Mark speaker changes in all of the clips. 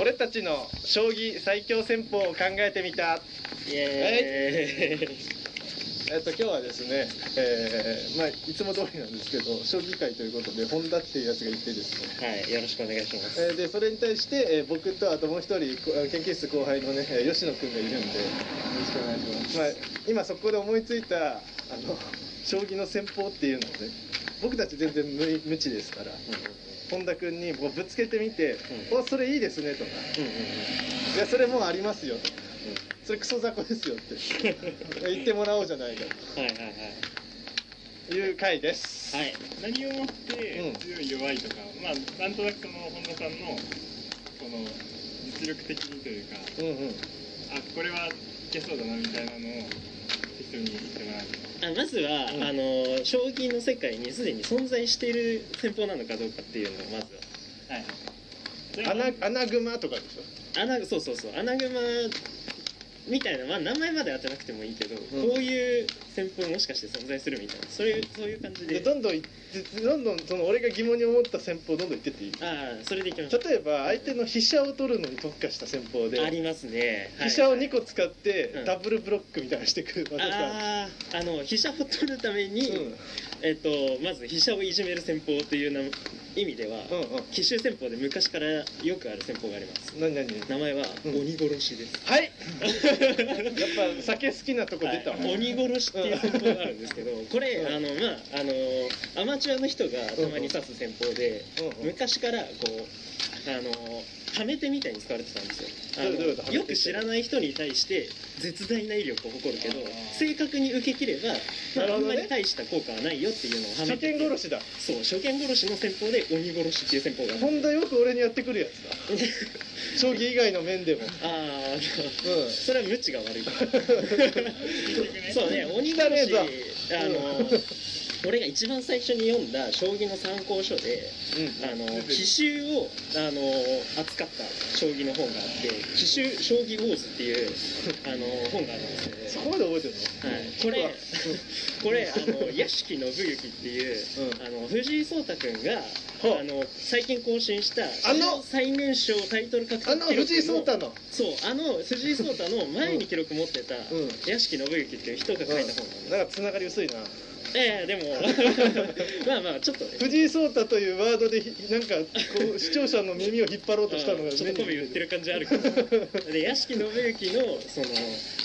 Speaker 1: 俺たちの将棋最強戦法を考えてみた
Speaker 2: イエーイ、
Speaker 1: えっと今日はですね、えーまあいつも通りなんですけど将棋界ということで本田っていうやつがいてですね
Speaker 2: はい、よろしくお願いします。
Speaker 1: えーでそれに対して、えー僕とあともう一人こ研究室後輩のねえー吉野くんがいるんでよろしくお願いします、まあ、今そこで思いついたあの将棋の戦法っていうのをね僕たち全然無無知ですから本田君にこうぶつけてみて「
Speaker 2: うん
Speaker 1: おそれいいですね」とか
Speaker 2: うんうん
Speaker 1: 「いやそれもうありますよ」とか「それクソ雑魚ですよ」ってえ言ってもらおうじゃないか
Speaker 2: うん。はいはいはい。
Speaker 1: という回です、
Speaker 2: はい。
Speaker 3: 何をもって強い弱いとか、まあなんとなくその本田さんのその実力的にというか
Speaker 1: うんうん
Speaker 3: あこれはいけそうだなみたいなのを適当に言ってもらう
Speaker 2: あまずは、
Speaker 1: うん
Speaker 2: あの将棋の世界にすでに存在している戦法なのかどうかっていうのをまずは
Speaker 3: はい
Speaker 1: アナアナグマとかでしょ
Speaker 2: アナそうそうそうアナグマみたいな、まあ、名前まで当てなくてもいいけど、
Speaker 1: ん
Speaker 2: こういう戦法もしかして存在するみたいなそういうそういう感じ
Speaker 1: で
Speaker 2: で
Speaker 1: どんどんいってどんどんその俺が疑問に思った戦法どんどん言ってっていい
Speaker 2: ああそれでいきましょ
Speaker 1: 例えば相手の飛車を取るのに特化した戦法で、
Speaker 2: うありますね、はい
Speaker 1: 飛車を2
Speaker 2: は
Speaker 1: 個使って、
Speaker 2: うん
Speaker 1: ダブルブロックみたいなのしてくる技
Speaker 2: い
Speaker 1: が
Speaker 2: あああの飛車を取るため
Speaker 1: うん
Speaker 2: に、えっとまず飛車をいじめる戦法というな意味では、
Speaker 1: うん
Speaker 2: 奇襲戦法で昔からよくある戦法があります
Speaker 1: うん何何
Speaker 2: 名前は
Speaker 1: うん
Speaker 2: 鬼殺しです、
Speaker 1: はいやっぱ酒好きなとこ出たわ、
Speaker 2: はい鬼殺しっていう戦法があるんですけどこれ、
Speaker 1: うん
Speaker 2: あのまああのアマチュアの人がたまに指す戦法で、
Speaker 1: うんうん
Speaker 2: 昔からこうあのはめ手みたいに使われてたんですよあの
Speaker 1: どういうことはめ手
Speaker 2: よく知らない人に対して絶大な威力を誇るけど
Speaker 3: あー
Speaker 2: 正確に受け切れば、
Speaker 1: なる
Speaker 2: まあ、あ
Speaker 1: ほ
Speaker 2: ん
Speaker 1: どね
Speaker 2: まり大した効果はないよっていうのをはめ
Speaker 1: 初
Speaker 2: て
Speaker 1: 見殺しだ
Speaker 2: そう初見殺しの戦法で鬼殺しっていう戦法がある
Speaker 1: 本田よく俺にやってくるやつだ将棋以外の面でも
Speaker 2: ああ
Speaker 1: うん
Speaker 2: それは無知が悪 い
Speaker 3: そ
Speaker 2: そううね鬼
Speaker 1: 汚ねえ
Speaker 2: 殺し
Speaker 1: ぞ
Speaker 2: あの俺が一番最初に読んだ将棋の参考書であの
Speaker 3: 出てる
Speaker 2: 奇襲をあの扱った将棋の本があって「奇襲将棋ウォーズ」っていうあの本があるんですけど、
Speaker 1: そこまで覚えてる
Speaker 2: はい、これこれあの屋敷信之っていう、
Speaker 1: うん
Speaker 2: あの藤井聡太君が
Speaker 1: ほう
Speaker 2: あの最近更新した
Speaker 1: あの
Speaker 2: 最年少タイトル獲得
Speaker 1: の
Speaker 2: 記
Speaker 1: あ
Speaker 2: 録
Speaker 1: の藤井聡太の
Speaker 2: そうあの藤井聡太の前に記録持ってた
Speaker 1: うん
Speaker 2: 屋敷信之っていう人が書いた本なんです、
Speaker 1: なんかつながり薄いな
Speaker 2: ええでも まあまあちょっとね
Speaker 1: 藤井聡太というワードでひなんかこう視聴者の耳を引っ張ろうとしたのが
Speaker 2: ちょっと媚び売ってる感じあるけどで屋敷信之のその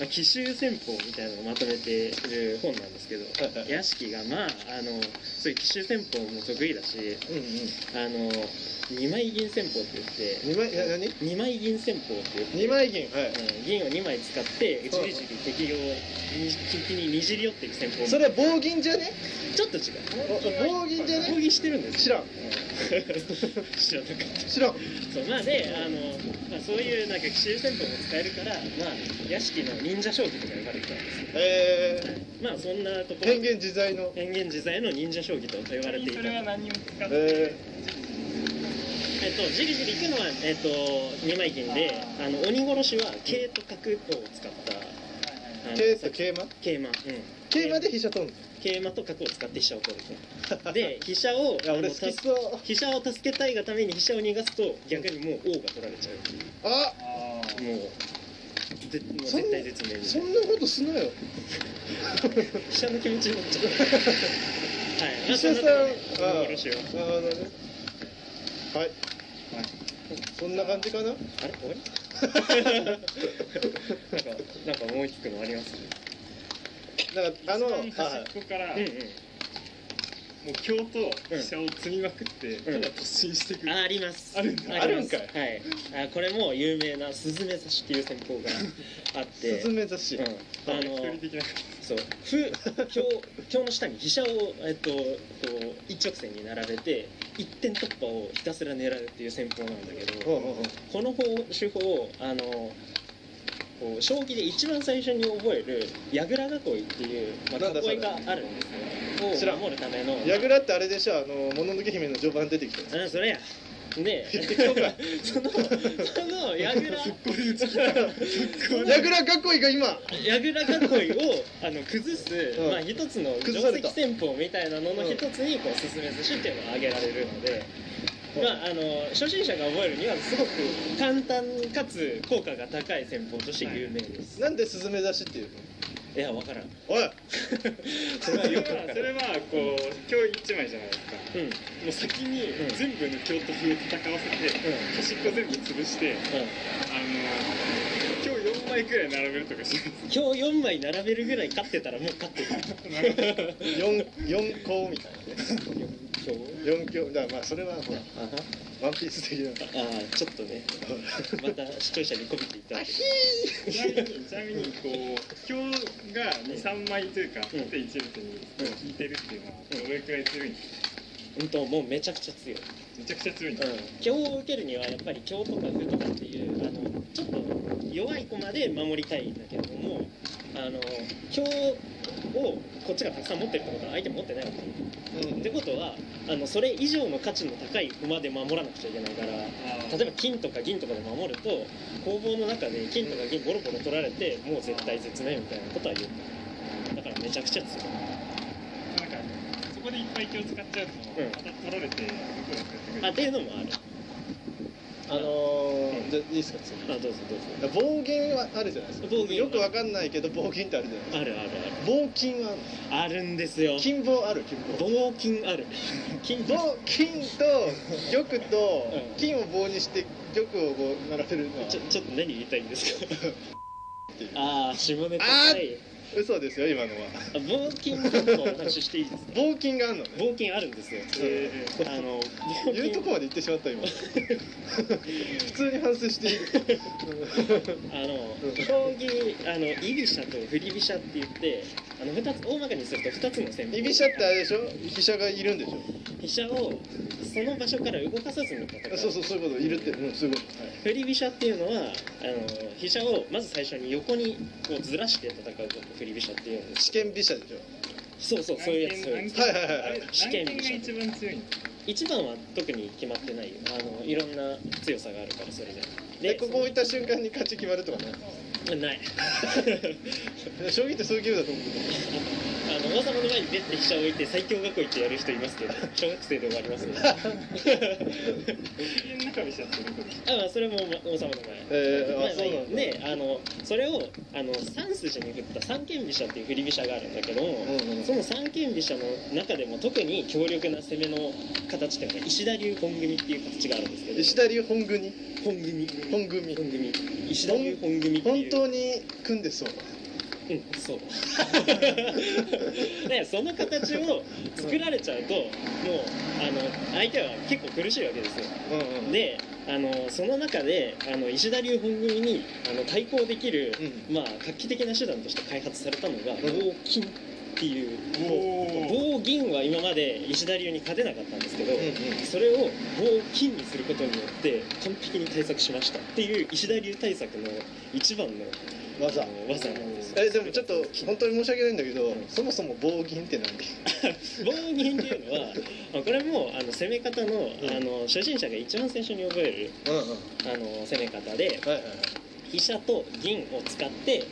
Speaker 2: まあ奇襲戦法みたいなのをまとめている本なんですけど
Speaker 1: はいはい
Speaker 2: 屋敷がまああのそういう奇襲戦法も得意だし
Speaker 1: うんうん
Speaker 2: あの二枚銀戦法って言って
Speaker 1: 二枚な何
Speaker 2: 二枚銀戦法って言って
Speaker 1: 二枚銀はい、
Speaker 2: うん銀を2枚使ってじりじり敵をに敵ににじり寄っていく戦法
Speaker 1: それは棒銀じゃね
Speaker 2: ちょっと違う
Speaker 1: 棒銀じゃ
Speaker 2: 抗
Speaker 1: ね
Speaker 2: 議してるんです
Speaker 1: 知らん
Speaker 2: 知らなかった
Speaker 1: 知らん
Speaker 2: そうまあであの、まあ、そういうなんか奇襲戦法も使えるから、まあ、屋敷の忍者将棋とか呼ばれてたんですよ
Speaker 1: え
Speaker 2: まあそんなとこ
Speaker 1: ー、
Speaker 2: ろ
Speaker 1: 変幻自在の
Speaker 2: 変幻自在の忍者将棋と呼ばれてい
Speaker 3: そ
Speaker 2: た
Speaker 3: れは
Speaker 2: え
Speaker 3: 何を使って、
Speaker 1: え
Speaker 2: っとじりじり行くのは、えっと、二枚銀で
Speaker 3: あー
Speaker 2: あの鬼殺しは桂と角を使ったあ
Speaker 1: ー、
Speaker 2: の
Speaker 1: 桂と桂馬
Speaker 2: 桂馬、うん、
Speaker 1: 桂馬で飛車取る
Speaker 2: 桂馬と角を使って飛車を取るんですね
Speaker 1: の
Speaker 2: で飛車を
Speaker 1: いや俺
Speaker 2: あの
Speaker 1: 好きそう
Speaker 2: 飛車を助けたいがために飛車を逃がすと逆にもう王が取られちゃうっていう
Speaker 1: あ
Speaker 3: あー
Speaker 2: もうぜもう
Speaker 1: そん
Speaker 2: 絶対絶命みた
Speaker 1: そ
Speaker 2: いなん
Speaker 1: なことすなよ
Speaker 2: 飛車の気持ちになっちゃうはい
Speaker 1: 飛車さん
Speaker 2: あ
Speaker 1: あ
Speaker 2: よろしいよ
Speaker 1: ーなるほどねはい、そんな感じかな
Speaker 2: あれ終わりなんかなんか思いつくのあります
Speaker 1: なんかあの
Speaker 3: 一番
Speaker 1: あ
Speaker 3: 端っこから、
Speaker 2: うん
Speaker 3: も
Speaker 2: う
Speaker 3: う香と飛車を積みまくって、
Speaker 2: うん
Speaker 3: ただ突進してく
Speaker 2: ん
Speaker 3: る、
Speaker 2: ああります
Speaker 3: あるんだ
Speaker 2: ありま
Speaker 1: ある
Speaker 2: す
Speaker 1: んか
Speaker 2: はいあこれも有名なスズメ刺しっていう戦法があって
Speaker 1: スズメ雑誌、
Speaker 2: うん、あ
Speaker 3: あ
Speaker 2: の
Speaker 3: の的な
Speaker 2: そうふ表表の下に飛車を、えっと、こう一直線に並べて一点突破をひたすら狙うっていう戦法なんだけど
Speaker 1: ほうほうほう
Speaker 2: この方手法をあのこう将棋で一番最初に覚える櫓囲いっていう、ま
Speaker 1: なん
Speaker 2: あ、
Speaker 1: だそれ
Speaker 2: 囲いがあるんです
Speaker 1: 知
Speaker 2: よ
Speaker 1: ら
Speaker 2: を
Speaker 1: ん
Speaker 2: 守るための
Speaker 1: ヤグラってあれでしょあのもののけ姫の序盤出てきたやつ
Speaker 2: あそれやで そのその櫓
Speaker 1: ヤグラ囲いが今
Speaker 2: 矢倉囲い をあの崩す、
Speaker 1: うん
Speaker 2: まあ、一つの
Speaker 1: 崩
Speaker 2: 定
Speaker 1: された
Speaker 2: 石戦法みたいなのの一つにこう進め寿司っていうのが挙げられるので、
Speaker 1: うん
Speaker 2: まあ、あの初心者が覚えるにはすごく簡単かつ効果が高い戦法として有名です、
Speaker 1: なんでスズメ出しっていうの
Speaker 2: い、や分からん
Speaker 1: おい
Speaker 2: それは
Speaker 3: それ
Speaker 2: よ
Speaker 3: は
Speaker 2: く分か
Speaker 3: それ
Speaker 2: る
Speaker 3: はこう今日一枚じゃないですか
Speaker 2: うんうんうん
Speaker 3: もう先に
Speaker 2: うん
Speaker 3: 全部の京都風を戦わせて端っこ全部潰してあの今日4枚くらい並べるとかしない
Speaker 2: 今日4枚並べるぐらい勝ってたらもう勝 ってた
Speaker 1: 四四校みたいなね
Speaker 2: 今日
Speaker 1: 四強だからまあそれはほら
Speaker 2: あは
Speaker 1: ワンピース的な
Speaker 2: あーちょっとねまた視聴者にこびていただいて
Speaker 3: ちなみ にちなみにこう票が23枚というか
Speaker 2: うん
Speaker 3: 縦一列に引いてるっていうのは
Speaker 2: うん
Speaker 3: どれくらい強いんですか
Speaker 2: うんともうめちゃくちゃ強い
Speaker 3: めちゃくちゃ強いんですか
Speaker 2: 強を受けるにはやっぱり強とか負とかっていうあのちょっと弱い子まで守りたいんだけれどもあの強をこっちがたくさん持ってるってことは相手持ってないわけ
Speaker 1: うん
Speaker 2: ってことはあのそれ以上の価値の高い馬で守らなくちゃいけないから
Speaker 3: あー
Speaker 2: 例えば金とか銀とかで守ると攻防の中で金とか銀ボロボロ取られてもう絶対絶命みたいなことは言うだからめちゃくちゃ強い
Speaker 3: なんかそこでいっぱい票使っちゃうと
Speaker 2: ん
Speaker 3: また取られてどこで使ってくる
Speaker 2: あっていうのもある
Speaker 1: あのーじゃいいですか次
Speaker 2: あどうぞどうぞ
Speaker 1: 暴言はあるじゃないですか
Speaker 2: 暴言
Speaker 1: よくわかんないけど暴言ってあるじゃないですか
Speaker 2: あるある
Speaker 1: 暴金はある
Speaker 2: あるあるんですよ
Speaker 1: 金棒ある金棒
Speaker 2: 棒金ある金
Speaker 1: 棒金と玉と
Speaker 2: うん
Speaker 1: 金を棒にして玉をこう並べるのは
Speaker 2: ちょちょっと何言いたいんですか
Speaker 1: っていう
Speaker 2: ああ下ネタ
Speaker 1: あー
Speaker 2: はい
Speaker 1: 嘘ですよ今のは
Speaker 2: あ棒金ちょっとお話ししていいですか
Speaker 1: 棒金があるのね
Speaker 2: 棒金あるんですよ
Speaker 3: えー
Speaker 2: あの
Speaker 1: 言
Speaker 2: 棒
Speaker 1: う
Speaker 2: 金
Speaker 1: とこまで言ってしまった今普通に反省している
Speaker 2: あの将棋あの居飛車と振り飛車って言ってあの二つ大まかにすると2つの戦法
Speaker 1: 居飛車ってあれでしょ飛車がいるんでしょ
Speaker 2: 飛車をその場所から動かさずに戦う
Speaker 1: そうそうそういうこといるってうんそういうこ
Speaker 2: 振り飛車っていうのはあの飛車をまず最初に横にこうずらして戦うこと振り飛車っていうんで
Speaker 1: と
Speaker 2: す
Speaker 1: 試験飛車でしょ
Speaker 2: そうそうそういうやつそういうやつ
Speaker 1: はいはいはいはい
Speaker 2: 試験
Speaker 3: 何が一番強いんですか
Speaker 2: 一番は特に決まってないよあのいろんな強さがあるからそれで
Speaker 1: でここ置いた瞬間に勝ち決まるとかね
Speaker 2: ない
Speaker 1: 将棋ってそういうゲームだと思うけど
Speaker 2: あの王様の前に出て飛車を置いて最強囲いってやる人います けど小学生で終わりますね
Speaker 3: 人間中飛車ってどこですか
Speaker 2: あまあそれも王様の前
Speaker 1: えー、
Speaker 2: まあ
Speaker 1: あそうなんだ
Speaker 2: であのそれをあの3筋に振った三間飛車っていう振り飛車があるんだけど、
Speaker 1: うんうん
Speaker 2: その三間飛車の中でも特に強力な攻めの形っていうのが石田流本組っていう形があるんですけど
Speaker 1: 石田流本組
Speaker 2: 本組
Speaker 1: 本組
Speaker 2: 本組石田流本組って
Speaker 1: 本
Speaker 2: いう
Speaker 1: 当に組んでそう
Speaker 2: うんそう でその形を作られちゃうともうあの相手は結構苦しいわけですよ
Speaker 1: うんうん
Speaker 2: であのその中であの石田流本組にあの対抗できる、
Speaker 1: う
Speaker 2: まあ、画期的な手段として開発されたのが棒金っていう
Speaker 3: お
Speaker 2: 棒銀は今まで石田流に勝てなかったんですけど、
Speaker 1: うんうん
Speaker 2: それを棒金にすることによって完璧に対策しましたっていう石田流対策の一番の
Speaker 1: 技
Speaker 2: あの技なんですよ
Speaker 1: えでもちょっと本当に申し訳ないんだけど、
Speaker 2: うん
Speaker 1: そもそも棒銀って何
Speaker 2: 棒銀っていうのはあこれもあの攻め方のあの初心者が一番最初に覚える
Speaker 1: うんうんは
Speaker 2: あの攻め方で
Speaker 1: いはいはい
Speaker 2: 飛車と銀を使って
Speaker 1: うん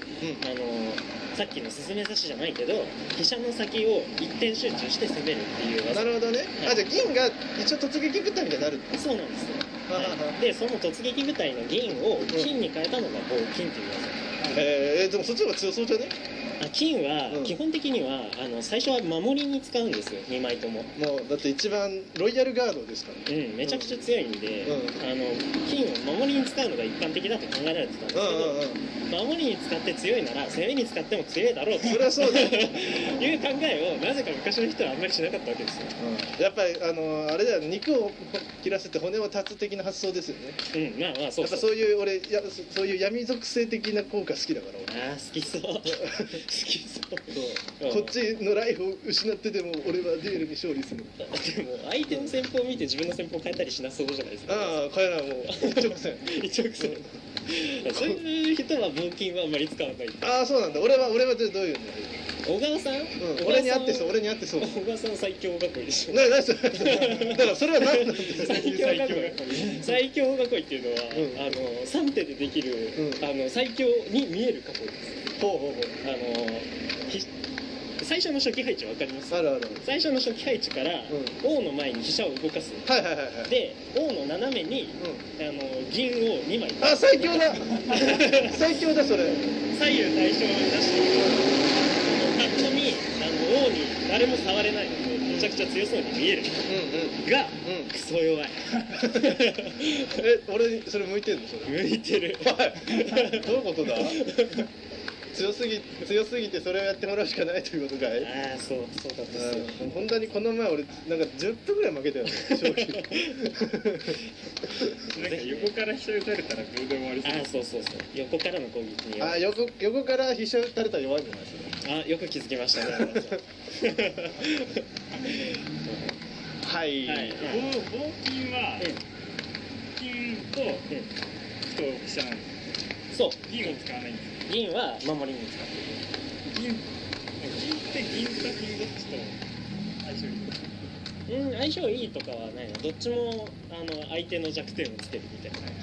Speaker 2: あのさっきの進め指しじゃないけど飛車の先を一点集中して攻めるっていう技
Speaker 1: なるほどねあじゃあ銀が一応突撃部隊みたいになる
Speaker 2: そうなんですよ、
Speaker 1: はは
Speaker 2: はい、でその突撃部隊の銀を金に変えたのが棒金っていう
Speaker 1: えー、でもそっちの方が強そうじゃね
Speaker 2: 技あ金
Speaker 1: うん
Speaker 2: は基本的には、あの最初は守りに使うんですよ2枚とも
Speaker 1: もうだって一番ロイヤルガードですからね
Speaker 2: うんめちゃくちゃ強いんで、
Speaker 1: うん
Speaker 2: あの金を守りに使うのが一般的だと考えられてたんですけ
Speaker 1: う
Speaker 2: ど、
Speaker 1: んうんうん
Speaker 2: 守りに使って強いなら攻めに使っても強いだろうと
Speaker 1: そりゃそうだよ、
Speaker 2: いう考えをなぜか昔の人はあんまりしなかったわけですよ
Speaker 1: やっぱりあのあれだよね肉を切らせて骨を断つ的な発想ですよね
Speaker 2: うんまあまあそう
Speaker 1: やっぱ
Speaker 2: そう
Speaker 1: そういう俺やそそういう闇属性的な効果好きだから俺
Speaker 2: ああ好きそう好きそううん
Speaker 1: こっちのライフを失ってでも俺はデュエルに勝利する
Speaker 2: でも相手の戦法を見て自分の戦法を変えたりしなそうじゃないですか
Speaker 1: ああ彼らもう一直線
Speaker 2: 一直線そういう人は冒金はあんまり使わない
Speaker 1: ああそうなんだ俺は俺はどういうの、
Speaker 2: 小川さん、
Speaker 1: うん、
Speaker 2: 小川さん
Speaker 1: 俺に合ってそう俺に合ってそうな
Speaker 2: 小川さん最強学校でし ょ
Speaker 1: なそれ だからそれは何なんだよ
Speaker 2: 最強 学校 最強囲いっていうのは、あの3手でできる、
Speaker 1: うん
Speaker 2: あの最強に見える囲いです
Speaker 1: ほうほうほう
Speaker 2: あのひ最初の初期配置わかります
Speaker 1: あるあるある
Speaker 2: 最初の初期配置から、王の前に飛車を動かす
Speaker 1: はいはいはいはい
Speaker 2: で王の斜めに
Speaker 1: う
Speaker 2: あの銀を2枚
Speaker 1: ん、あ最強だ 最強だそれ
Speaker 2: 左右対称に出してパッと見あの王に誰も触れないのでめちゃくちゃ強そうに見える
Speaker 1: うんうん
Speaker 2: が、
Speaker 1: うん
Speaker 2: クソ 弱い
Speaker 1: え俺それ向いてんのそれ
Speaker 2: 向いてる
Speaker 1: はいどういうことだ強すぎ強すぎてそれをやってもらうしかないということかい
Speaker 2: ああそうそうだったっすよ
Speaker 1: うん本当にこの前俺なんか10分ぐらい負け たよね正直
Speaker 3: なんか横から飛車打たれたら秒で終わり
Speaker 2: あ
Speaker 3: そう
Speaker 2: ーそうそうそう横からの攻撃に弱
Speaker 1: あ
Speaker 2: い
Speaker 1: 横横から飛車打たれたら弱いんじゃないです
Speaker 2: あよく気づきましたね
Speaker 1: かはい、
Speaker 2: はい
Speaker 3: 棒棒金は
Speaker 2: うん
Speaker 3: 金と
Speaker 2: うん
Speaker 3: と飛車なんですよ
Speaker 2: そう
Speaker 3: 銀を使わないんですよ
Speaker 2: 銀は守りに使って
Speaker 3: 銀銀って銀と金どっちと相性いいですか
Speaker 2: るうん相性いいとかはないなどっちもあの相手の弱点をつけるみたいな感
Speaker 3: で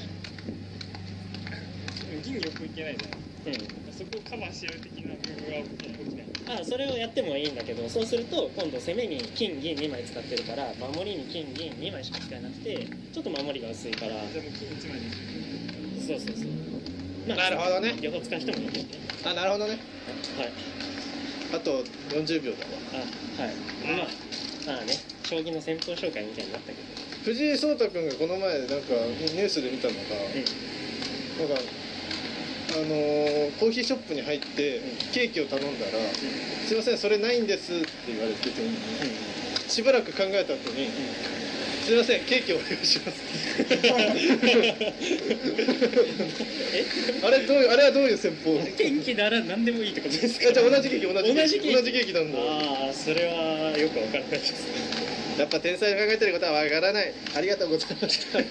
Speaker 3: も銀横いけないじゃない
Speaker 2: じうん
Speaker 3: ですかそこをカバーし合う的な部分は起きない起きない
Speaker 2: あそれをやってもいいんだけどそうすると今度攻めに金銀2枚使ってるから守りに金銀2枚しか使えなくてちょっと守りが薄いから
Speaker 3: じゃあもう金一枚で十分
Speaker 2: そうそうそう、
Speaker 1: なるほどね
Speaker 2: 横使う人もいるけどね
Speaker 1: あなるほどね
Speaker 2: はい
Speaker 1: あと40秒だわ
Speaker 2: あはいまあまあね将棋の戦法紹介みたいになったけど
Speaker 1: 藤井聡太君がこの前なんかニュースで見たのが、なんかあのーコーヒーショップに入って
Speaker 2: うん
Speaker 1: ケーキを頼んだら「すいませんそれないんです」って言われててしばらく考えた後に「すいませんケーキお願いします」あれどういうあれはどういう戦法
Speaker 2: え元気なら何でもいいってことですか
Speaker 1: あじゃあ同じケーキ同じケーキ
Speaker 2: 同じケーキ
Speaker 1: 同じケーキなんだ
Speaker 2: ああそれはよくわからないです
Speaker 1: やっぱ天才が考えてることはわからないありがとうございました